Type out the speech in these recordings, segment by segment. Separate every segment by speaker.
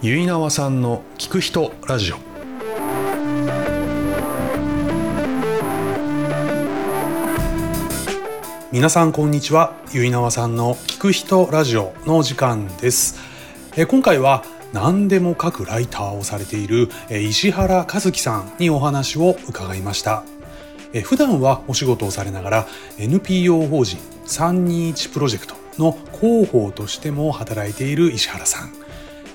Speaker 1: ゆいなわさんの聞く人ラジオ皆さんこんにちはゆいなわさんの聞く人ラジオの時間ですえー今回は何でも書くライターをされているえー石原和樹さんにお話を伺いましたえー普段はお仕事をされながら NPO 法人321プロジェクトの広報としても働いている石原さん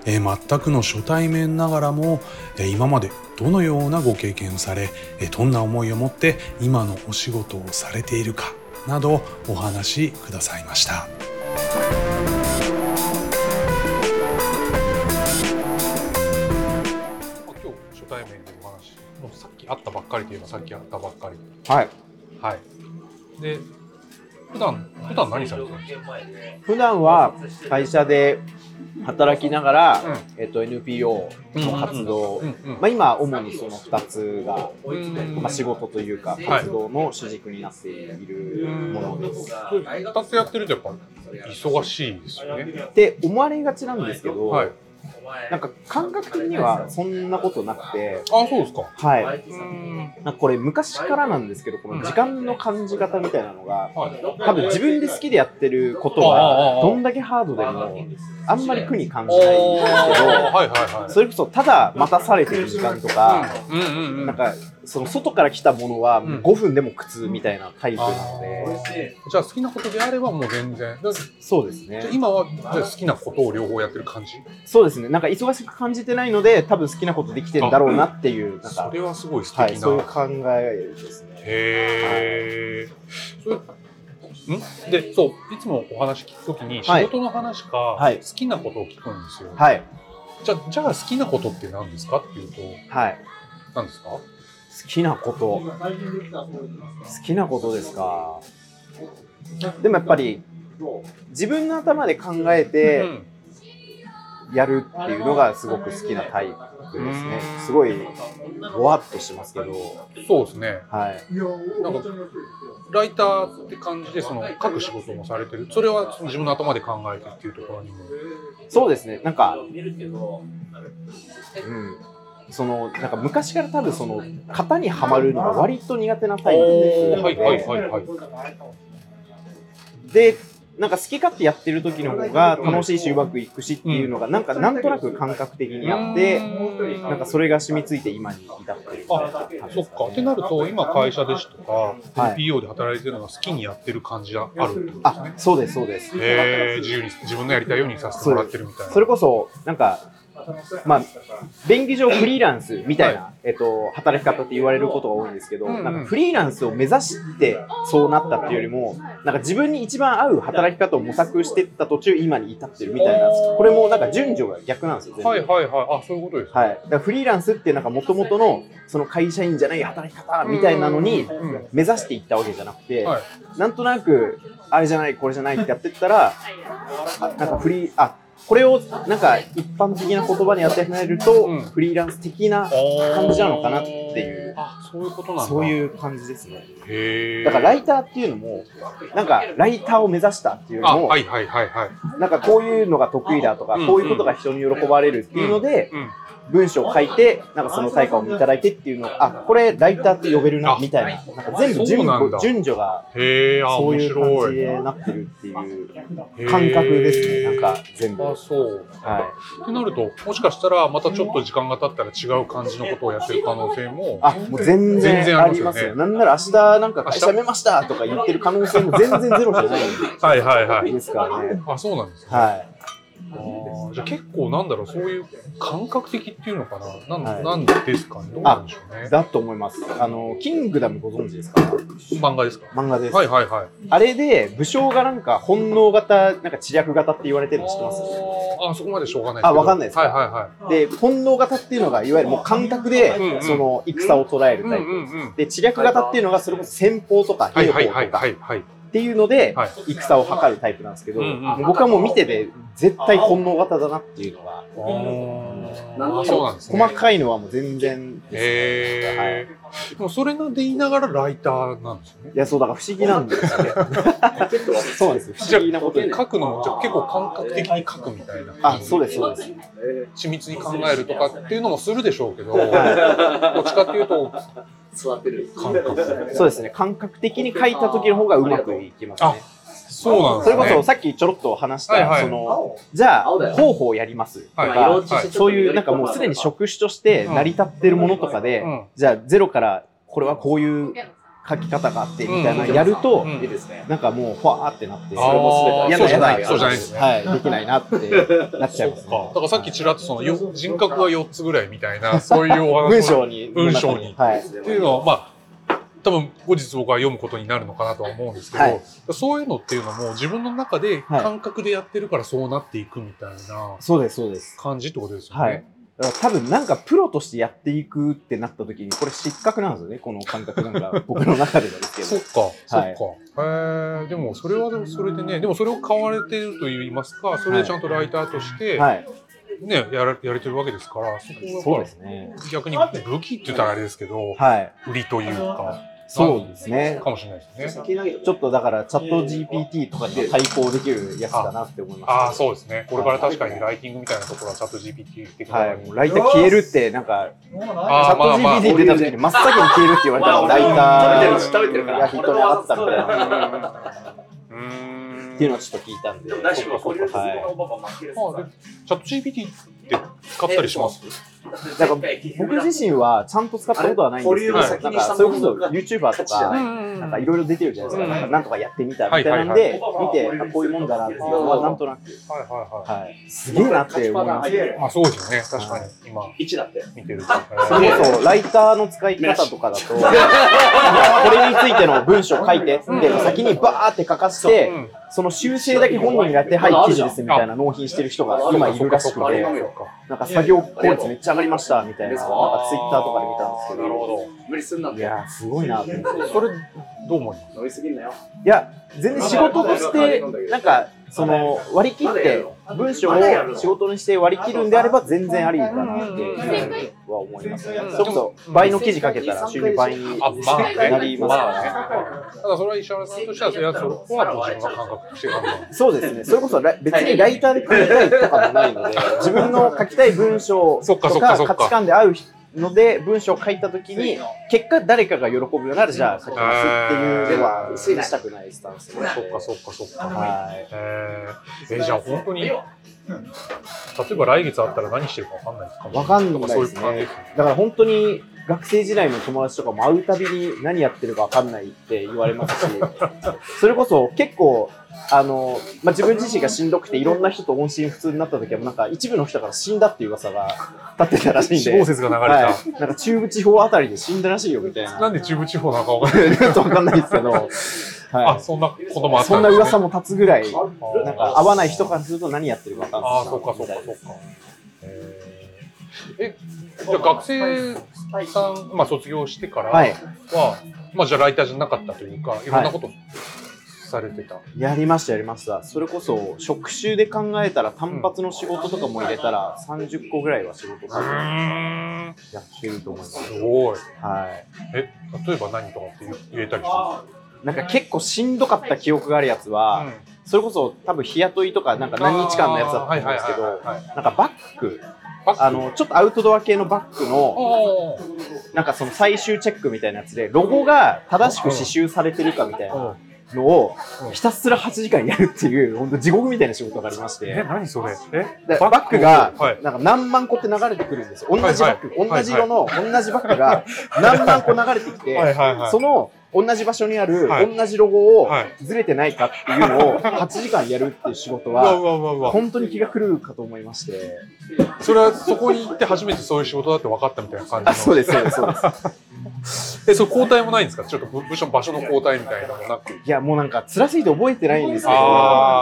Speaker 1: えー全くの初対面ながらも、えー今までどのようなご経験をされ、えーどんな思いを持って今のお仕事をされているかなどお話しくださいました。
Speaker 2: 今日初対面でお話もうさっき会ったばっかりといえばさっき会ったばっかり
Speaker 3: はい。
Speaker 2: はいで普段普段何されてるんですか
Speaker 3: 普段は会社で働きながら、
Speaker 2: う
Speaker 3: えっと NPO の活動、
Speaker 2: うんうん
Speaker 3: まあ今主にその2つが、
Speaker 2: うん
Speaker 3: まあ、仕事というか
Speaker 4: はい。
Speaker 3: 活動の主軸になっているものです。
Speaker 2: 2つやってるとやっぱ忙しいですよね
Speaker 3: って思われがちなんですけど、
Speaker 2: はい
Speaker 3: なんか感覚的にはそんなことなくて、
Speaker 2: あそうですか
Speaker 3: はいう
Speaker 2: うん
Speaker 3: なんかこれ昔からなんですけど、この時間の感じ方みたいなのが、
Speaker 2: はい
Speaker 3: 多分自分で好きでやってることがどんだけハードでもあんまり苦に感じないんですけど、
Speaker 2: あーはいはいはい
Speaker 3: それこそただ待たされてる時間とか、
Speaker 2: うんうんうん
Speaker 3: なんかその外から来たものは
Speaker 2: うん
Speaker 3: 5分でも苦痛みたいなタイプなので、
Speaker 2: じゃあ好きなことであればもう全然だじ
Speaker 3: そうです
Speaker 2: ゃ
Speaker 3: ね
Speaker 2: あ今はじゃあ好きなことを両方やってる感じ
Speaker 3: そうですねなんか忙しく感じてないので多分好きなことできてんだろうなっていうなん
Speaker 2: そ
Speaker 3: か
Speaker 2: れはすごい素敵な、
Speaker 3: はいそういう考えですね
Speaker 2: へえ。それんでそういつもお話聞くときに
Speaker 3: は
Speaker 2: 仕
Speaker 3: い
Speaker 2: 事の話か、
Speaker 3: い
Speaker 2: 好きなことを聞くんですよ、
Speaker 3: はい
Speaker 2: じゃあじゃあ好きなことって何ですかっていうと
Speaker 3: はい
Speaker 2: 何ですか
Speaker 3: 好きなこと好きなことですかでもやっぱり自分の頭で考えて、
Speaker 2: うん
Speaker 3: やるっていうのがすごく好きなタイプですね。すごいぼわっとしますけど、
Speaker 2: そうですね
Speaker 3: はい。
Speaker 2: なんかライターって感じでその書く仕事もされてるそれはその自分の頭で考えてっていうところにも
Speaker 3: そうですね。なんか、うん。そのなんか昔から多分その型にはまるのが割と苦手なタイプ
Speaker 2: おー
Speaker 3: で、
Speaker 2: はいはいはいはい
Speaker 3: でなんか好き勝手やってる時の方が楽しいしうまくいくしっていうのがなんかなんとなく感覚的にあって、
Speaker 2: うん
Speaker 3: なんかそれが染みついて今に至ってるみたいな
Speaker 2: あ
Speaker 3: 感じですね
Speaker 2: そっかってなると今会社ですとか、
Speaker 3: はい
Speaker 2: NPO で働いてるのが好きにやってる感じがあるってことです
Speaker 3: あ
Speaker 2: ね
Speaker 3: そうですそうです。
Speaker 2: へえ自由に自分のやりたいようにさせてもらってるみたいな
Speaker 3: それこそなんかまあ便宜上フリーランスみたいな、えっと、働き方って言われることが多いんですけど、
Speaker 2: うんうん
Speaker 3: なんかフリーランスを目指してそうなったっていうよりもなんか自分に一番合う働き方を模索してった途中今に至ってるみたいなこれもなんか順序が逆なんですよ全部
Speaker 2: はいはいはい、あ、そういうことです。
Speaker 3: はい、だからフリーランスっていうなんか元々のその会社員じゃない働き方みたいなのに
Speaker 2: うんうん
Speaker 3: 目指していったわけじゃなくて、
Speaker 2: はい
Speaker 3: なんとなくあれじゃないこれじゃないってやってったらあなんかフリーあこれをなんか一般的な言葉に当てはめると、
Speaker 2: うん
Speaker 3: フリーランス的な感じなのかなっていう
Speaker 2: あ、そういうことなんだ。
Speaker 3: そう
Speaker 2: う。
Speaker 3: いう感じですね
Speaker 2: へえ。
Speaker 3: だからライターっていうのもなんかライターを目指したっていうより
Speaker 2: あ、
Speaker 3: も、
Speaker 2: はいはいはいはい。
Speaker 3: なんかこういうのが得意だとか、
Speaker 2: うん
Speaker 3: こういうことが人に喜ばれるっていうので、
Speaker 2: うん。
Speaker 3: 文章を書いて、なんかその対価をいただいてっていうのを、あ、これライターって呼べるな、みたいな。なんか全部
Speaker 2: そう
Speaker 3: 順
Speaker 2: なんだ
Speaker 3: 序順序が、
Speaker 2: へえ、あ、
Speaker 3: そう
Speaker 2: 面
Speaker 3: いう感
Speaker 2: 白
Speaker 3: じ
Speaker 2: い。
Speaker 3: になってるっていう
Speaker 2: へー
Speaker 3: 感覚ですね、なん。か全部。は
Speaker 2: あ、そう。
Speaker 3: い。
Speaker 2: ってなると、もしかしたら、またちょっと時間が経ったら違う感じのことをやってる可能性も。
Speaker 3: あ、もう全
Speaker 2: 全然
Speaker 3: 然
Speaker 2: あ
Speaker 3: あ
Speaker 2: り
Speaker 3: り
Speaker 2: ま
Speaker 3: ますす
Speaker 2: よ
Speaker 3: よ。
Speaker 2: ね
Speaker 3: なんなら明日なんか会社辞めましたとか言ってる可能性も全然ゼロじゃな
Speaker 2: はいはいはいい。
Speaker 3: ですからね。
Speaker 2: あ、そうなんですね。
Speaker 3: は
Speaker 2: あーじゃあ結構なんだろう、そういう感覚的っていうのかな。な
Speaker 3: は
Speaker 2: ん
Speaker 3: い
Speaker 2: なんですかね。どうなんでしょうね
Speaker 3: い。。だと思います。あの、キングダムご存知ですか
Speaker 2: 漫画ですか。
Speaker 3: 漫画です。
Speaker 2: はいはいはい。
Speaker 3: あれで武将がなんか本能型、なんか知略型って言われてるの知ってます
Speaker 2: あーあ、そこまでしょうがないですけど。
Speaker 3: あわかんないですか
Speaker 2: はいはいはい。
Speaker 3: で本能型っていうのがいわゆるもう感覚で、
Speaker 2: うんうん
Speaker 3: その戦を捉える
Speaker 2: う
Speaker 3: タイプ、
Speaker 2: んうんうん。
Speaker 3: で知略型っていうのがそれこそ戦法とか
Speaker 2: はい
Speaker 3: 兵法
Speaker 2: はい
Speaker 3: と
Speaker 2: はい
Speaker 3: か
Speaker 2: はいはい。
Speaker 3: っていうので、
Speaker 2: はい
Speaker 3: 戦を図るタイプなんですけど、
Speaker 2: うんうん
Speaker 3: もう僕はもう見てて絶対本能型だなっていうのが
Speaker 2: ああそうなんですね
Speaker 3: 細かいのはもう全然ですねはい
Speaker 2: へえもうそれなんで言いながらライターなんですよね
Speaker 3: いやそうだから不思議なんですよねそうなんですよ不思議なことに
Speaker 2: 書くのもじゃあ結構感覚的に書くみたいな
Speaker 3: あそうですそうです
Speaker 2: 緻密に考えるとかっていうのもするでしょうけどどっちかっていうと
Speaker 4: 座ってる。
Speaker 2: 感覚
Speaker 3: そうですね感覚的に書いた時の方がうまくいきますね
Speaker 2: そうなんで
Speaker 3: そ
Speaker 2: す
Speaker 3: れこ
Speaker 2: ね
Speaker 3: そさっきちょろっと話した、
Speaker 2: はいはい
Speaker 3: そのじゃ
Speaker 4: 青だ
Speaker 3: あ
Speaker 4: よ
Speaker 3: 方法やりますとか、
Speaker 2: はい
Speaker 4: まあ色落ちしてちょっと
Speaker 3: そういうなんかもうすでに職種として成り立ってるものとかで、
Speaker 2: うん
Speaker 3: じゃあゼロからこれはこういう書き方があってみたいなのやると、
Speaker 2: うん
Speaker 4: いいですね。
Speaker 3: なんかもうファーってなって
Speaker 2: あー
Speaker 4: それも全て
Speaker 3: や
Speaker 2: そ
Speaker 3: だ
Speaker 2: うじゃ
Speaker 3: や
Speaker 2: な
Speaker 3: だ
Speaker 2: いそうじゃないですね
Speaker 3: はい、できないなってなっちゃいますね、
Speaker 2: だからさっきちらっとそのよ人格が4つぐらいみたいなそういうお話
Speaker 3: 文章に
Speaker 2: 文章に
Speaker 3: はい
Speaker 2: っていうのはまあ多分後日僕は読むことになるのかなとは思うんですけど、
Speaker 3: はい
Speaker 2: そういうのっていうのも自分の中で感覚でやってるからそうなっていくみたいな
Speaker 3: そうですそうです
Speaker 2: 感じってことですよね。
Speaker 3: はいだから多分なんかプロとしてやっていくってなった時にこれ失格なんですよねこの感覚なん か僕の中でなんですけど
Speaker 2: そっか、そっか。へえでもそれはでもそれでね、でもそれを買われてると言いますか、それでちゃんとライターとして、
Speaker 3: はい
Speaker 2: ね、やらやれてるわけですから、そこ
Speaker 3: そう
Speaker 2: は
Speaker 3: ですね
Speaker 2: 逆に武器って言ったらあれですけど、
Speaker 3: はい
Speaker 2: 売りというか、
Speaker 3: そうですね
Speaker 2: かもしれないですね。
Speaker 3: ちょっとだからチャット GPT とかに対抗できるやつだなって思います
Speaker 2: ああ、そうですね。これから確かにライティングみたいなところはチャット GPT 的な
Speaker 3: は
Speaker 2: の
Speaker 3: い、
Speaker 2: に
Speaker 3: もうライター消えるって、なんか、チ
Speaker 2: あ
Speaker 3: ャ
Speaker 2: あ、
Speaker 3: ッ
Speaker 2: まあ
Speaker 3: ト
Speaker 2: まあ。
Speaker 3: GPT 出た時に真っ先に消えるって言われたら、ライター、
Speaker 4: 食べてる食べてるから
Speaker 3: いや、人にあったみたいな、
Speaker 2: うーん
Speaker 3: っていうのをちょっと聞いたんで、はい。
Speaker 2: あでチャット GPT って使ったりします
Speaker 3: なんか、僕自身はちゃんと使ったことはないんですけど、
Speaker 2: 保留を
Speaker 3: なん
Speaker 4: 先に
Speaker 3: か、それこそ YouTuber と
Speaker 4: う
Speaker 3: か、なんかいろいろ出てるじゃないですか、なんかなんとかやってみたみたいなん
Speaker 2: は
Speaker 3: で、見て、あこういうもんだなっていうのは、なんとなく、
Speaker 2: はいはいは
Speaker 3: はい、すげえなって思います。
Speaker 2: い。まあそうですよね。確かに今
Speaker 4: 一だって。
Speaker 2: 見てる。
Speaker 3: それこそライターの使い方とかだと、なんかこれについての文章書いてって、先にバーって書かせて、
Speaker 2: うん
Speaker 3: その修正だけ本人がやって、はい、記事ですみたいな納品してる人が今いるらしく
Speaker 2: あれ
Speaker 3: て
Speaker 2: な、のか。
Speaker 3: なんか作業効率めっちゃ上がりましたみたいな、なん
Speaker 4: です
Speaker 3: か
Speaker 4: か
Speaker 3: ツイッターとかで見たんですけ
Speaker 2: なる
Speaker 3: ど、
Speaker 2: ほ
Speaker 4: 無理すんない
Speaker 3: やー、すごいなと思って。
Speaker 2: ど。それどう思います
Speaker 4: 飲みすぎんなよ。
Speaker 3: いや、全然仕事として、なんか、その、割り切って、文章を仕事にして割り切るんであれば全然ありだなっては思いますね。それこそ、倍の記事書けたら収入倍に
Speaker 2: あ、まあね。
Speaker 3: なりますからね。
Speaker 2: まあね。ただそれは石原さんとしては、それはそこはもう自分が感覚として判断。
Speaker 3: そうですね。それこそラ別にライターで書きたいとかもないので、自分の書きたい文章
Speaker 2: そっ
Speaker 3: と
Speaker 2: かそっか
Speaker 3: か
Speaker 2: そっか
Speaker 3: 価値観で合うので文章を書いたときに、結果誰かが喜ぶならじゃあ書きますっていうのは
Speaker 4: うん
Speaker 3: 推理したくないスタンスで。
Speaker 2: そっかそっかそっか。
Speaker 3: はい。
Speaker 2: えー、えじゃあ本当に、例えば来月あったら何してるかわかんないですか
Speaker 3: わかんない
Speaker 2: そう
Speaker 3: で
Speaker 2: いう
Speaker 3: す
Speaker 2: 感じ
Speaker 3: ね。だから本当に学生時代の友達とかも会うたびに何やってるかわかんないって言われ ますし、それこそ結構、あの、まあ、自分自身がしんどくていろんな人と音信不通になった時はもうなんか一部の人から死んだっていう噂が立ってたらしいん
Speaker 2: 死
Speaker 3: で。
Speaker 2: 亡説が流れた。
Speaker 3: はい、なんか中部地方あたりで死んだらしいよみたいな。
Speaker 2: なんで中部地方なんかわかんない。
Speaker 3: ちょっとわかんないですけ ど、は
Speaker 2: あ、
Speaker 3: い、
Speaker 2: そんなこともあった
Speaker 3: そんな噂も立つぐらい、な
Speaker 2: も
Speaker 3: んか合わない人からすると何やってるかわかんない。
Speaker 2: ああ、そうか、そうか、そうか。えー、えじゃあ学生さん、まあ、卒業してからは、
Speaker 3: はい、
Speaker 2: まあ、じゃあライターじゃなかったというか、いろんなことされてた。
Speaker 3: やりました、やりました。それこそ、職種で考えたら、単発の仕事とかも入れたら、30個ぐらいは仕事
Speaker 2: う
Speaker 3: や
Speaker 2: ーん、
Speaker 3: ってると思います。
Speaker 2: すごい。
Speaker 3: はい。
Speaker 2: え、例えば何とかって言えたりしま
Speaker 3: なんか結構しんどかった記憶があるやつは、
Speaker 2: す
Speaker 3: それこそ多分日雇いとか、なんか何日間のやつだったと思うんですけ
Speaker 2: あーはい
Speaker 3: ど
Speaker 2: はいはいはい、
Speaker 3: なんかバッグ、
Speaker 2: バッグ
Speaker 3: あの、ちょっとアウトドア系のバッグの、
Speaker 2: おー
Speaker 3: なんかその最終チェックみたいなやつで、ロゴが正しく刺繍されてるかみたいなのを
Speaker 2: うん、
Speaker 3: ひたすら8時間やるっていう、本当地獄みたいな仕事がありまし
Speaker 2: え、
Speaker 3: て、
Speaker 2: 何それえ
Speaker 3: でバッグが
Speaker 2: はい、
Speaker 3: なんか何万個って流れてくるんですよ。同じバッグ、
Speaker 2: はいはい
Speaker 3: 同じ色の、同じバッグが何万個流れてき
Speaker 2: はい
Speaker 3: て、
Speaker 2: はいはい。
Speaker 3: その同じ場所にある
Speaker 2: はい
Speaker 3: 同じロゴを
Speaker 2: はい
Speaker 3: ずれてないかっていうのを8時間やるっていう仕事
Speaker 2: うわう
Speaker 3: は、
Speaker 2: わうわうわ。
Speaker 3: 本当に気が狂うかと思いまして。
Speaker 2: それはそこに行って初めてそういう仕事だって分かったみたいな感じの。
Speaker 3: あ、そうです、そうです、そうです。
Speaker 2: え、それ交代もないんですかちょっと部部署の場所の交代みたいなのもなく。
Speaker 3: いや、もうなんか辛すぎて覚えてないんですけ
Speaker 2: あ
Speaker 3: ど、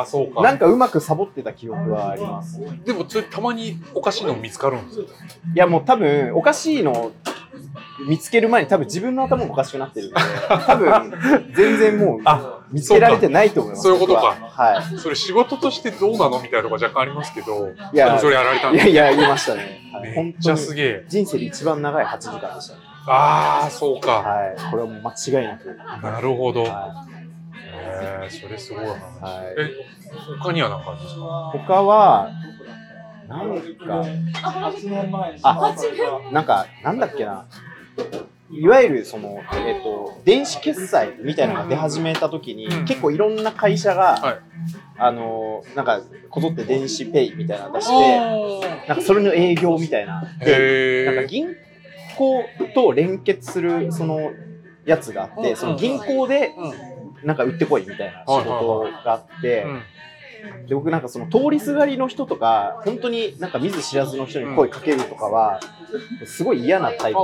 Speaker 2: あ、そうか。
Speaker 3: なんかうまくサボってた記憶はあります。
Speaker 2: でもそれたまにおかしいの見つかるんですよ。
Speaker 3: いやもう多分おかしいの見つける前に多分自分の頭もおかしくなってる んで、多分全然もう
Speaker 2: あ
Speaker 3: 見つけられてないと思います。
Speaker 2: そうかそういうことか
Speaker 3: 僕はは
Speaker 2: それ仕事としてどうなのみたいなとこ若干ありますけど、
Speaker 3: いや
Speaker 2: でもそれやられたん
Speaker 3: い。い
Speaker 2: で
Speaker 3: やいや、言いましたね。はい
Speaker 2: めっちゃすげえ。
Speaker 3: 人生で一番長い8時間でしたね。
Speaker 2: ああ、そうか。
Speaker 3: はい。これはもう間違いなく。
Speaker 2: なるほど。へ
Speaker 3: は
Speaker 2: え、それすごい話。
Speaker 3: い。はい
Speaker 2: え、他には何かあるんですか
Speaker 3: 他は、なんか、
Speaker 4: 8年前
Speaker 3: あなんか、なんだっけな。いわゆるその、えっと電子決済みたいなのが出始めた時に、
Speaker 2: うん
Speaker 3: 結構いろんな会社が、
Speaker 2: はい
Speaker 3: あのなんかこぞって電子ペイみたいなの出して
Speaker 2: おー
Speaker 3: なんかそれの営業みたいなでなんか
Speaker 2: へえ。
Speaker 3: 銀行と連結するそのやつがあっ
Speaker 2: うんう
Speaker 3: て
Speaker 2: ん
Speaker 3: その銀行でなんか売ってこいみたいな仕事があって、
Speaker 2: うん
Speaker 3: で僕なんかその通りすがりの人とか本当になんか見ず知らずの人に声かけるとかはすごい嫌なタイプ
Speaker 2: あ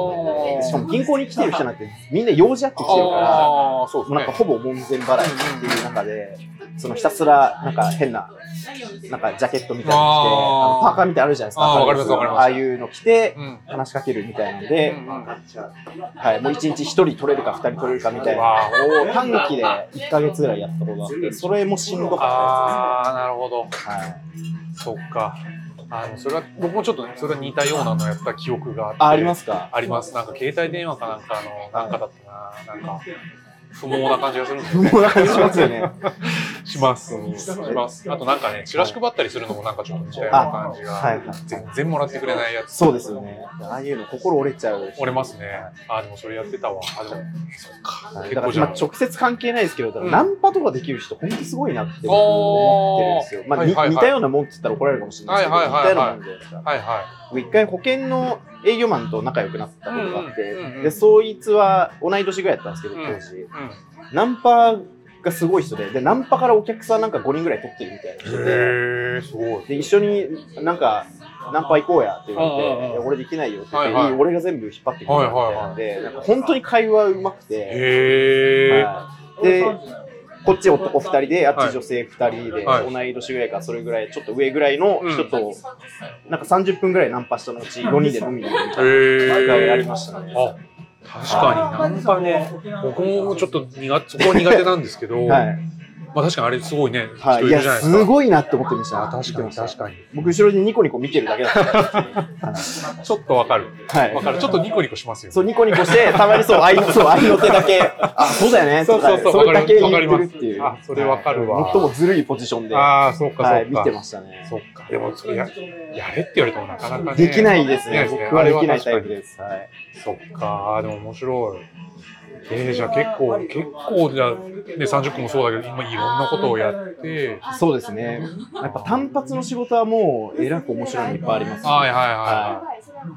Speaker 2: ー
Speaker 3: でしかも銀行に来てる人なんてみんな用事あって来てるから
Speaker 2: ああ、そうです
Speaker 3: もうなんか
Speaker 2: ね。
Speaker 3: ほぼ門前払いっていう中でそのひたすらなんか変な なんかジャケットみたいなの着て
Speaker 2: あー
Speaker 3: あのパーカーみたいなのあるじゃないですか
Speaker 2: あーわかりますわかります
Speaker 3: ああいうの着て
Speaker 2: うん。うん
Speaker 3: 話しかけるみたいなん
Speaker 2: う
Speaker 3: で、
Speaker 2: ん
Speaker 3: はい、もう一日一人取れるか二人取れるかみたいな
Speaker 2: わあ
Speaker 3: のを短期で1ヶ月ぐらいやったことがあってそれもしんどか
Speaker 2: ああ、なるほど。
Speaker 3: ったやつですね。はい
Speaker 2: そっか。あの、それは、僕もちょっとね、それは似たようなのやった記憶があって。
Speaker 3: あ、ありますか。
Speaker 2: あります。なんか携帯電話かなんかの、なんかだったな。なんか、不毛な感じがするんですよね。
Speaker 3: もうなんかしますよね。
Speaker 2: します。します。あとなんかね、チラシ配ったりするのもなんかちょっと似たような感じ
Speaker 3: はい
Speaker 2: が。
Speaker 3: はい。
Speaker 2: 全然もらってくれないやつ。
Speaker 3: そうですよね。ああいうの心折れちゃう。
Speaker 2: 折れますね。あ、でもそれやってたわ。あ、でも、そっか。
Speaker 3: はい
Speaker 2: 結
Speaker 3: だ
Speaker 2: 構
Speaker 3: から
Speaker 2: じゃ
Speaker 3: まあ
Speaker 2: あ。
Speaker 3: 直接関係ないですけど、だか
Speaker 2: うん
Speaker 3: らナンパとかできる人、本当すごいなって僕思ってるんですよ。まあ、
Speaker 2: はいはいはい
Speaker 3: に似たようなもんって言ったら怒られるかもしれないですけど、
Speaker 2: はいはいはい
Speaker 3: 似たよう
Speaker 2: はい
Speaker 3: なもんじゃないですか。
Speaker 2: はいはい。
Speaker 3: 僕一回保険の営業マンと仲良くなったことがあって、
Speaker 2: うんうんうんうん
Speaker 3: で、そいつは同い年ぐらいだったんですけど、当時。ナンパがすごい人で、で、ナンパからお客さんなんか5人ぐらい取ってるみたいな人で、
Speaker 2: へえ、すごい。
Speaker 3: で一緒になんかナンパ行こうやって言われ
Speaker 2: うんうんうん
Speaker 3: ていや「俺できないよ」って言って、
Speaker 2: はいはい
Speaker 3: いい俺が全部引っ張ってくるみたいなんで、なんか本当に会話うまくて、
Speaker 2: へえ。
Speaker 3: はいでこっち男2人であっち女性2人で、
Speaker 2: はい
Speaker 3: 同い年ぐらいからそれぐらいちょっと上ぐらいの人と、なんか30分ぐらいナンパしたのうち4人で飲みに行くみたいな会話やり
Speaker 2: へえ。
Speaker 3: ましたね。
Speaker 2: あ、確かに、ナンパね。僕もちょっと苦手、そこは苦手なんですけど、
Speaker 3: は
Speaker 2: まあ
Speaker 3: い、
Speaker 2: 確かにあれすごいね、人
Speaker 3: はい、
Speaker 2: い
Speaker 3: い
Speaker 2: る
Speaker 3: や
Speaker 2: じゃないです
Speaker 3: す
Speaker 2: か。
Speaker 3: ごいなって思ってました
Speaker 2: あ確かに確かに。
Speaker 3: 僕後ろでニコニコ見てるだけだったんです
Speaker 2: ちょっとわかる。
Speaker 3: はい
Speaker 2: わかる。ちょっとニコニコしますよね。
Speaker 3: そうニコニコして、たまにそう、愛のそう愛の手 だけ、あ、そうだよね、
Speaker 2: そうそうそう
Speaker 3: とかそれだけ言
Speaker 2: わ
Speaker 3: っ
Speaker 2: か
Speaker 3: て
Speaker 2: ります
Speaker 3: るっていう。
Speaker 2: あそれわかるわ
Speaker 3: はい最もずるいポジションで、は
Speaker 2: ああ、そうか、
Speaker 3: い、
Speaker 2: そう
Speaker 3: 見
Speaker 2: か。
Speaker 3: てましたね。
Speaker 2: そっか。でも、それややれって言われてもなかなかね。
Speaker 3: できないです
Speaker 2: できないで
Speaker 3: ね。
Speaker 2: すね
Speaker 3: 僕はできないタイプです。はい。
Speaker 2: そっか、でも面白い。えー、じゃあ結構、結構、じゃあ、ね、30分もそうだけど、今いろんなことをやって、
Speaker 3: そうですね。やっぱ単発の仕事はもう、えらく面白いのいっぱいあります。
Speaker 2: はいはいは。
Speaker 3: は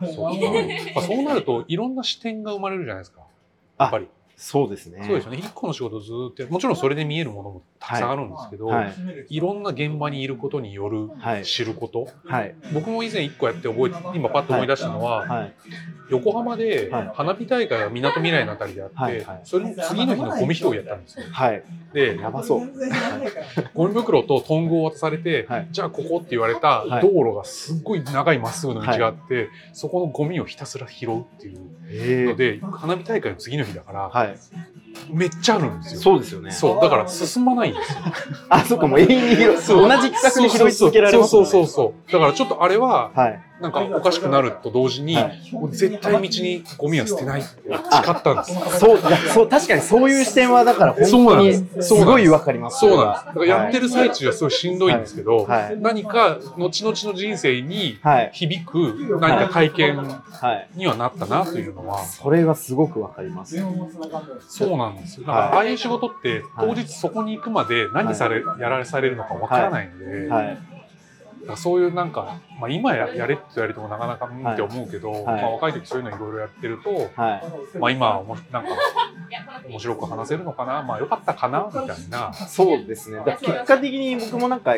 Speaker 3: い
Speaker 2: そっかまあ、そうなると、いろんな視点が生まれるじゃないですか。
Speaker 3: あ
Speaker 2: やっぱり。
Speaker 3: そうですね。
Speaker 2: そうですよね。一個の仕事をずーっとやるもちろんそれで見えるものもたくさんあるんですけど、、
Speaker 3: はいい。
Speaker 2: ろんな現場にいることによる、
Speaker 3: はい。
Speaker 2: 知ること。
Speaker 3: はい。
Speaker 2: 僕も以前一個やって覚えて、今パッと思い出したのは、
Speaker 3: はい。
Speaker 2: 横浜で
Speaker 3: はい
Speaker 2: 花火大会がみなとみらいのあたりであって、
Speaker 3: はいはい
Speaker 2: それの次の日のゴミ拾いやったんですよ。
Speaker 3: はい。
Speaker 2: で、
Speaker 3: やばそう。
Speaker 2: ゴミ袋とトングを渡されて、
Speaker 3: はい
Speaker 2: じゃあここって言われた
Speaker 3: はい
Speaker 2: 道路がすっごい長いまっすぐの道があって、そこのゴミをひたすら拾うっていう
Speaker 3: え
Speaker 2: ので、花火大会の次の日だから、
Speaker 3: はい。
Speaker 2: めっちゃあるんですよ。
Speaker 3: そうですよね。
Speaker 2: そう、だから進まないんですよ。
Speaker 3: あ、そっか、もう永遠に拾い、同じ企画で拾い続けられます。
Speaker 2: そうそうそうそう。だからちょっとあれは、
Speaker 3: う。はい。
Speaker 2: なんかおかしくなると同時に、
Speaker 3: はい
Speaker 2: もう絶対道にゴミは捨てないって誓ったんですよ。
Speaker 3: そう、いやそう、確かにそういう視点は、だから本
Speaker 2: そう
Speaker 3: 当に
Speaker 2: なんです
Speaker 3: すごいわかります。
Speaker 2: そうなんです。だからやって
Speaker 3: る。
Speaker 2: る最中はすごいしんどいんですけど、
Speaker 3: はい。
Speaker 2: 何か後々の人生に
Speaker 3: はい。
Speaker 2: 響く何か体験
Speaker 3: はい。
Speaker 2: にはなったなというのは、
Speaker 3: それはすごくわかります。
Speaker 2: そうなんですよ。だ
Speaker 3: はい
Speaker 2: からああいう仕事って
Speaker 3: は
Speaker 2: 当
Speaker 3: い
Speaker 2: 日そこに行くまで何され、やられされるのかわからないので、
Speaker 3: はい。
Speaker 2: だからそういうなんか、まあ、今ややれって言われてもなかなかうんって思うけど、
Speaker 3: はい
Speaker 2: まあ、若い時そういうのいろいろやってると、
Speaker 3: はい。
Speaker 2: まあ、今はおもなんか面白く話せるのかな、まあ、よかったかなみたい な。
Speaker 3: そうですね。だから結果的に僕もなんか、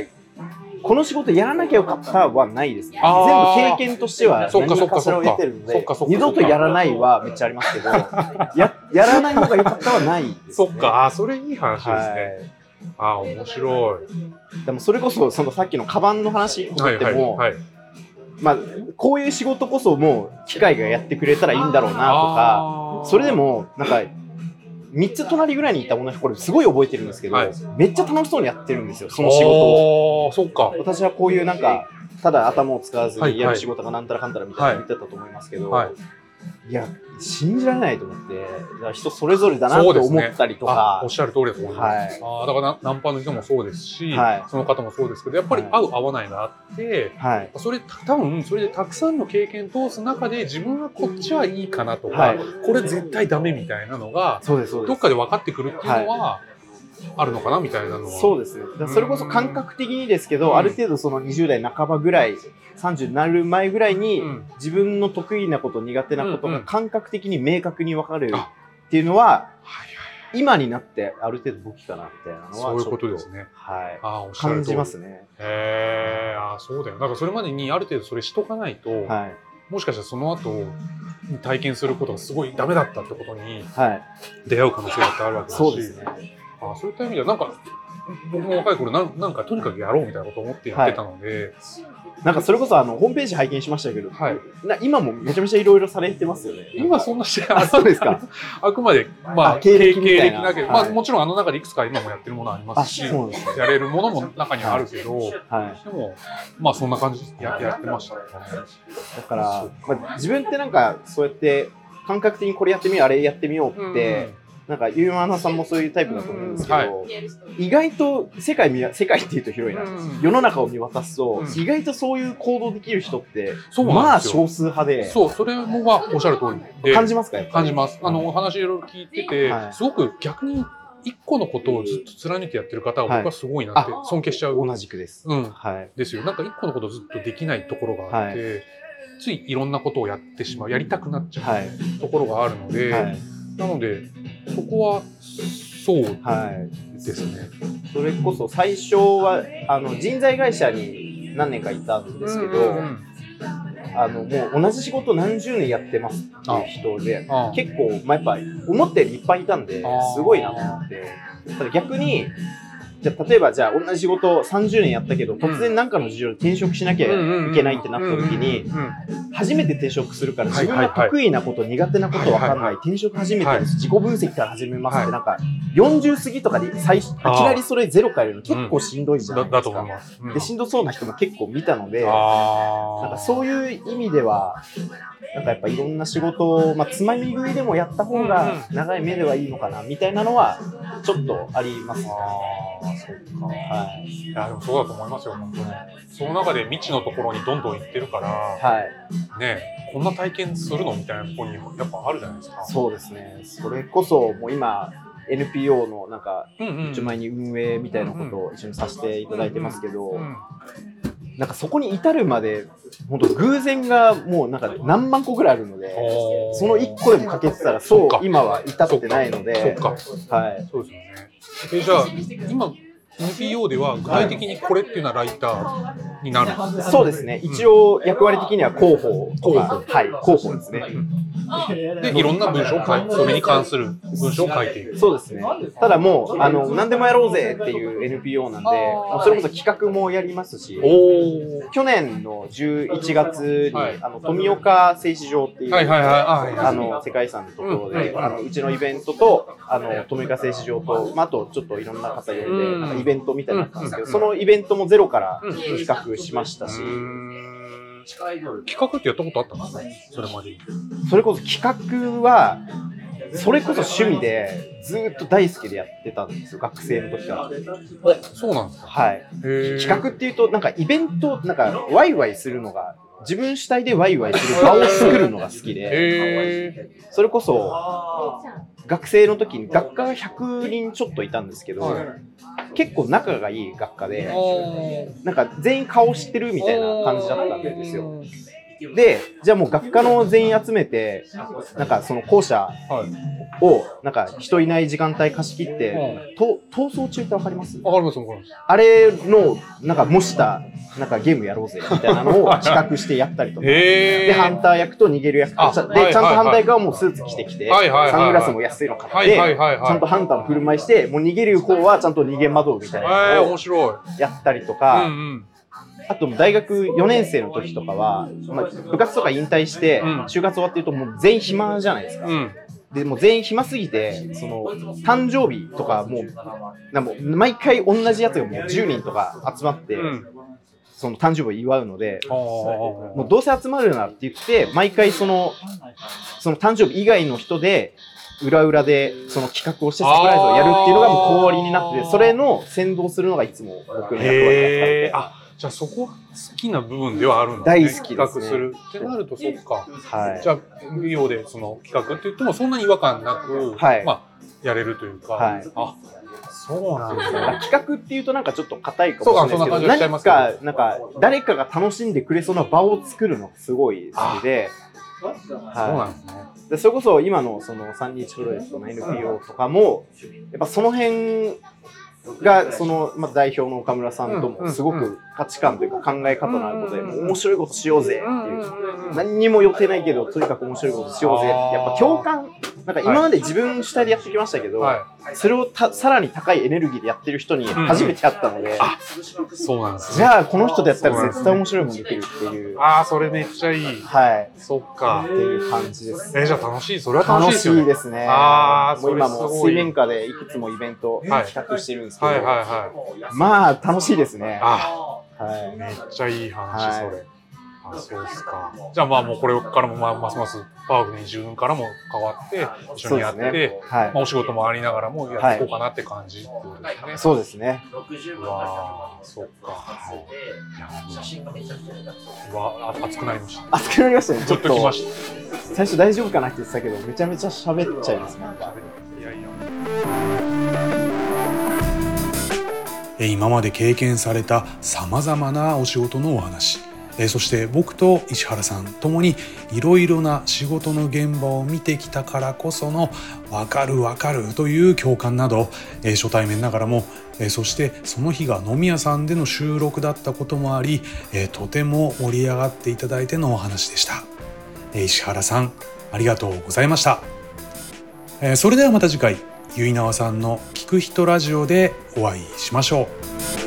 Speaker 3: この仕事やらなきゃよかったはないですね。
Speaker 2: あー
Speaker 3: 全部経験としては
Speaker 2: そっか
Speaker 3: 何かし
Speaker 2: そっ
Speaker 3: らを
Speaker 2: か
Speaker 3: 得てるの
Speaker 2: そっかそ
Speaker 3: で
Speaker 2: っかそっ、か
Speaker 3: 二度とやらないはめっちゃありますけど、ややらない方が良かったはないです、ね。
Speaker 2: そっ。か、あーそれいい話ですね。
Speaker 3: は
Speaker 2: ああ、面白い。
Speaker 3: い。でもそれこそ、そのさっきのカバンの話と
Speaker 2: は
Speaker 3: か
Speaker 2: い
Speaker 3: で
Speaker 2: はい
Speaker 3: も、
Speaker 2: はい。
Speaker 3: まあ、こういう仕事こそもう機械がやってくれたらいいんだろうなとか、
Speaker 2: あー
Speaker 3: それでも、なんか、3つ隣ぐらいにいた女の人、これすごい覚えてるんですけど、
Speaker 2: はい
Speaker 3: めっちゃ楽しそうにやってるんですよ、その仕事を。
Speaker 2: あーそっか
Speaker 3: 私はこういうなんか、ただ頭を使わず
Speaker 2: はいは
Speaker 3: に
Speaker 2: い
Speaker 3: やる仕事がなんたらかんたらみたいなの見てたと思いますけど、
Speaker 2: はいい
Speaker 3: や、信じられないと思って、だから人それぞれだなと思ったりと
Speaker 2: あ
Speaker 3: か
Speaker 2: おっ、しゃる通りだと思います、
Speaker 3: はい
Speaker 2: あーだからなナンパの人もそうですし、
Speaker 3: はい
Speaker 2: その方もそうですけどやっぱり合う合わないがあって
Speaker 3: はい、
Speaker 2: それた多分それでたくさんの経験通す中で自分はこっちはいいかなとか、
Speaker 3: はい
Speaker 2: これ絶対ダメみたいなのが
Speaker 3: そうです、そう
Speaker 2: ど
Speaker 3: で
Speaker 2: っ
Speaker 3: す。
Speaker 2: かで分かってくるっていうのは、あるのかなみたいなのは
Speaker 3: そうですね。だからそれこそ感覚的にですけど、
Speaker 2: うん
Speaker 3: ある程度その20代半ばぐらい、30になる前ぐらいに、
Speaker 2: うん
Speaker 3: 自分の得意なこと苦手なこと
Speaker 2: うんう
Speaker 3: が
Speaker 2: ん
Speaker 3: 感覚的に明確に分かる
Speaker 2: あ
Speaker 3: っていうのは
Speaker 2: はい
Speaker 3: 今になってある程度武器かなみたいなのは
Speaker 2: そういうことです
Speaker 3: ね、
Speaker 2: ね
Speaker 3: はい、
Speaker 2: ああおっしゃる
Speaker 3: 感
Speaker 2: 通
Speaker 3: じ
Speaker 2: り
Speaker 3: ますね
Speaker 2: へえあーそうだよだからそれまでにある程度それしとかないと、
Speaker 3: はい
Speaker 2: もしかしたらその後に体験することがすごいダメだったってことに
Speaker 3: はい
Speaker 2: 出会う可能性だってあるわけだし
Speaker 3: そうですね
Speaker 2: あそういった意味ではなんか僕も若い頃なんなんかとにかくやろうみたいなことを思ってやってたので、
Speaker 3: なんかそれこそあのホームページ拝見しましたけど、
Speaker 2: はい
Speaker 3: な今もめちゃめちゃいろいろされてますよね
Speaker 2: 今そんなして
Speaker 3: あそうですか
Speaker 2: あくまで、まあ、
Speaker 3: あ経歴みたいな
Speaker 2: 経だけど、
Speaker 3: はい
Speaker 2: まあ、もちろんあの中でいくつか今もやってるものありま
Speaker 3: あ
Speaker 2: すし、
Speaker 3: そうなんですね
Speaker 2: やれるものも中にはあるけど、
Speaker 3: はい
Speaker 2: でも、まあ、そんな感じでややってましたね。
Speaker 3: だから、まあ、自分ってなんかそうやって感覚的にこれやってみようあれやってみようって、なんかゆうまなさんもそういうタイプだと思うんですけど、
Speaker 2: うんはい
Speaker 3: 意外と世界見や世界っていうと広いな、
Speaker 2: うん
Speaker 3: 世の中を見渡すと、
Speaker 2: うん
Speaker 3: 意外とそういう行動できる人って
Speaker 2: そうな
Speaker 3: ま
Speaker 2: ん
Speaker 3: あ
Speaker 2: ですよ。
Speaker 3: 少数派で
Speaker 2: そう、それもまあおっしゃる通りで、
Speaker 3: 感じますかやっぱ
Speaker 2: 感
Speaker 3: り
Speaker 2: じます。あの、お話いろいろ聞いてて、
Speaker 3: はい
Speaker 2: すごく逆に一個のことをずっと貫いてやってる方は
Speaker 3: はい
Speaker 2: 僕はすごいなって
Speaker 3: あ
Speaker 2: 尊敬しちゃう。
Speaker 3: 同じくです、
Speaker 2: うん。
Speaker 3: はい
Speaker 2: ですよ。なんか一個のことをずっとできないところがあって、ついいろんなことをやってしまう、やりたくなっちゃ
Speaker 3: はいう
Speaker 2: ところがあるので、
Speaker 3: はい、
Speaker 2: なので、そこはそう
Speaker 3: はい、
Speaker 2: ですね。
Speaker 3: それこそ最初はあの人材会社に何年かいたんですけ
Speaker 2: う
Speaker 3: ど、
Speaker 2: んうんうん
Speaker 3: あのもう同じ仕事何十年やってますっていう人で
Speaker 2: あ
Speaker 3: 結構、まあ、やっぱ思ったよりいっぱいいたんで
Speaker 2: あー
Speaker 3: すごいなと思ってただ逆にじゃあ例えばじゃあ同じ仕事を30年やったけど突然何かの事情で転職しなきゃいけないってなった時に
Speaker 2: うんうんうん
Speaker 3: 初めて転職するから
Speaker 2: は
Speaker 3: 自
Speaker 2: い
Speaker 3: 分が得意なこと、苦手なことわか
Speaker 2: はい
Speaker 3: ん
Speaker 2: は
Speaker 3: ない
Speaker 2: はい
Speaker 3: い転職初めて
Speaker 2: はい
Speaker 3: です自己分析から始めますっ
Speaker 2: は
Speaker 3: て
Speaker 2: い
Speaker 3: なんか40過ぎとかで最初いき
Speaker 2: あー
Speaker 3: なりそれゼロからやるの結構しんどいじゃな
Speaker 2: だ
Speaker 3: いで
Speaker 2: だ
Speaker 3: す
Speaker 2: と思い
Speaker 3: か。
Speaker 2: ます。うん
Speaker 3: でしんどそうな人も結構見たのでな
Speaker 2: あー
Speaker 3: んかそういう意味ではなんかやっぱいろんな仕事を、まあ、つまみ食いでもやった方が長い目ではいいのかなみたいなのはちょっとありますね。
Speaker 2: あーそうか。
Speaker 3: はい
Speaker 2: いや、でもそうだと思いますよ、本当に。その中で未知のところにどんどん行ってるから、
Speaker 3: はい、
Speaker 2: ね、こんな体験するのみたいなところにもやっぱあるじゃないですか。
Speaker 3: そうですねそれこそもう今 NPO のなんか
Speaker 2: うんうん。
Speaker 3: 一応前に運営みたいなことを一緒にさせていただいてますけど、
Speaker 2: うん
Speaker 3: なんかそこに至るまで、本当偶然がもうなんか何万個ぐらいあるので、その1個でも欠けてたら、そう
Speaker 2: そっか
Speaker 3: 今は至ってないの
Speaker 2: そっ
Speaker 3: で、
Speaker 2: か。
Speaker 3: はい、
Speaker 2: そうですよね。えじゃあ、今、NPO では具体的にこれっていうのはライターになるんです
Speaker 3: そうですね、一応役割的には広報とか
Speaker 2: 広、
Speaker 3: はい、広報ですね。
Speaker 2: かで、いろんな文章を書いて、それに関する文章を書いていく。
Speaker 3: そうですね。ただもう、あの、何でもやろうぜっていう NPO なんで、それこそ企画もやりますし、
Speaker 2: おー。
Speaker 3: 去年の11月に、
Speaker 2: はい
Speaker 3: あの富岡製糸場っていう、
Speaker 2: はいはいはいはい
Speaker 3: あの世界遺産のところで、
Speaker 2: うん
Speaker 3: あのうちのイベントとあの富岡製糸場と、まあ、あとちょっといろんな方呼んで、
Speaker 2: うん
Speaker 3: なんかイベントみたいになったんですけど、
Speaker 2: うん
Speaker 3: そのイベントもゼロから
Speaker 2: うん
Speaker 3: 企画しましたし、
Speaker 2: うーん企画ってやったことあったのそれまでに。
Speaker 3: それこそ企画はそれこそ趣味でずっと大好きでやってたんですよ学生の時から。
Speaker 2: そうなんですか。
Speaker 3: はい、
Speaker 2: 企
Speaker 3: 企画っていうとなんかイベントなんかワイワイするのが自分主体でワイワイする場を作るのが好きで
Speaker 2: へ
Speaker 3: それこそ学生の時に学科が100人ちょっといたんですけど、
Speaker 2: は
Speaker 3: 結構仲がいい学科
Speaker 2: え。
Speaker 3: で
Speaker 2: ー
Speaker 3: なんか全員顔知ってるみたいな感じだったんですよ。。でじゃあもう学科の全員集めてなんかその校舎
Speaker 2: はい。
Speaker 3: をなんか人いない時間帯貸し切って
Speaker 2: う
Speaker 3: と逃走中ってわかります
Speaker 2: わかります、わかります。
Speaker 3: あれのなんか模したなんかゲームやろうぜみたいな のを企画してやったりとか。
Speaker 2: へ
Speaker 3: で、ハンター役と逃げる役
Speaker 2: あ
Speaker 3: と、ちゃ
Speaker 2: はいは
Speaker 3: で、
Speaker 2: い
Speaker 3: ちゃんと反対側もスーツ着てきて、
Speaker 2: はいはいはいはい
Speaker 3: サングラスも安いの買っ
Speaker 2: は
Speaker 3: て、
Speaker 2: い
Speaker 3: ち
Speaker 2: はいはいはい。
Speaker 3: ゃんとハンターの振る舞いして、もう逃げる方はちゃんと逃げ惑うみたい
Speaker 2: え
Speaker 3: な
Speaker 2: ー、
Speaker 3: のを
Speaker 2: 面白い。
Speaker 3: やったりと
Speaker 2: う
Speaker 3: か、
Speaker 2: んうん。
Speaker 3: あと大学4年生の時とかは、まあ、部活とか引退して
Speaker 2: うん、
Speaker 3: 就活終わってるともう全員暇じゃないですか。
Speaker 2: うん。
Speaker 3: で、もう全員暇すぎて、その、誕生日とかもう、なんかもう毎回同じやつがもう10人とか集まって、
Speaker 2: うん。
Speaker 3: その誕生日を祝うので、
Speaker 2: ああ。
Speaker 3: もうどうせ集まるなって言って、毎回その、その誕生日以外の人で、裏裏でその企画をしてサプライズをやるっていうのがもう氷になって
Speaker 2: あ
Speaker 3: て、
Speaker 2: ー
Speaker 3: それの先導するのがいつも僕の役割だった
Speaker 2: へ
Speaker 3: んで
Speaker 2: え。あ、じゃあそこは好きな部分ではあるんだ、ね。
Speaker 3: 大好きです
Speaker 2: 企画
Speaker 3: ね
Speaker 2: する。ってなると、そっか。
Speaker 3: はい
Speaker 2: じゃあ、企業でその企画って言ってもそんなに違和感なく、
Speaker 3: はい
Speaker 2: まあ、やれるというか。
Speaker 3: はい
Speaker 2: あ、そうなんだ。
Speaker 3: なんか企画っていうとなんかちょっと硬いかもしれないです
Speaker 2: そうかそんな感
Speaker 3: け
Speaker 2: じ
Speaker 3: ど、
Speaker 2: がしちゃい
Speaker 3: 何
Speaker 2: ますけど
Speaker 3: か、なんか誰かが楽しんでくれそうな場を作るのがすごい好きで、
Speaker 2: そうな
Speaker 3: は
Speaker 2: んですね。
Speaker 3: い、でそれこそ今のその三日プロジェクトの NPO とかも、やっぱその辺がその、まあ、代表の岡村さんと
Speaker 2: うんうんう
Speaker 3: も
Speaker 2: ん
Speaker 3: すごく価値観というか考え方のあることで、
Speaker 2: うんうん
Speaker 3: も
Speaker 2: うん
Speaker 3: う面白いことしようぜっていう。何にも予定ないけど、とにかく面白いことしようぜって、やっぱ共感、なんか今まで自分主体でやってきましたけど、
Speaker 2: は
Speaker 3: それをたさらに高いエネルギーでやってる人に初めて会ったので、
Speaker 2: い。そうなんです
Speaker 3: じ
Speaker 2: ね。
Speaker 3: ゃあこの人でやったら絶対面白いもんできるっていう、
Speaker 2: ああ、それめっちゃいい。
Speaker 3: はい、
Speaker 2: そっか
Speaker 3: っ。ていう感じです。
Speaker 2: えーじゃあ楽しい。それは楽しい
Speaker 3: 楽
Speaker 2: です
Speaker 3: し
Speaker 2: よね。
Speaker 3: いですね。
Speaker 2: あー
Speaker 3: もう今
Speaker 2: それ
Speaker 3: も
Speaker 2: すごい
Speaker 3: 水面下でいくつもイベント
Speaker 2: はい
Speaker 3: 企画してるんですけど、
Speaker 2: はいはいはい。
Speaker 3: まあ楽しいですね。は
Speaker 2: あ
Speaker 3: い、
Speaker 2: めっちゃいい話、
Speaker 3: は
Speaker 2: そ
Speaker 3: い
Speaker 2: れ。あ、そうですか。じゃあまあもうこれからもまあますますパワフルに自分からも変わって、一緒にやって、
Speaker 3: そうですはい
Speaker 2: まあ、お仕事もありながらもやっていこうかなって感じっていうことですね。
Speaker 3: そうですね。
Speaker 2: うわあ、そっか。いやうわあ、熱くなりました。
Speaker 3: 熱くなりましたね。ち
Speaker 2: ち
Speaker 3: ょ
Speaker 2: ょ
Speaker 3: っ
Speaker 2: っと来
Speaker 3: と
Speaker 2: ました。
Speaker 3: 最初大丈夫かなって言ってたけど、めちゃめちゃ喋っちゃいますね。なんか
Speaker 2: いやいや。
Speaker 1: えー今まで経験されたさまざまなお仕事のお話えーそして僕と石原さんともにいろいろな仕事の現場を見てきたからこその「わかるわかる」という共感などえー初対面ながらもえーそしてその日が飲み屋さんでの収録だったこともありえーとても盛り上がっていただいてのお話でしたえー石原さんありがとうございました。えーそれではまた次回結菜さんの「聞く人ラジオ」でお会いしましょう。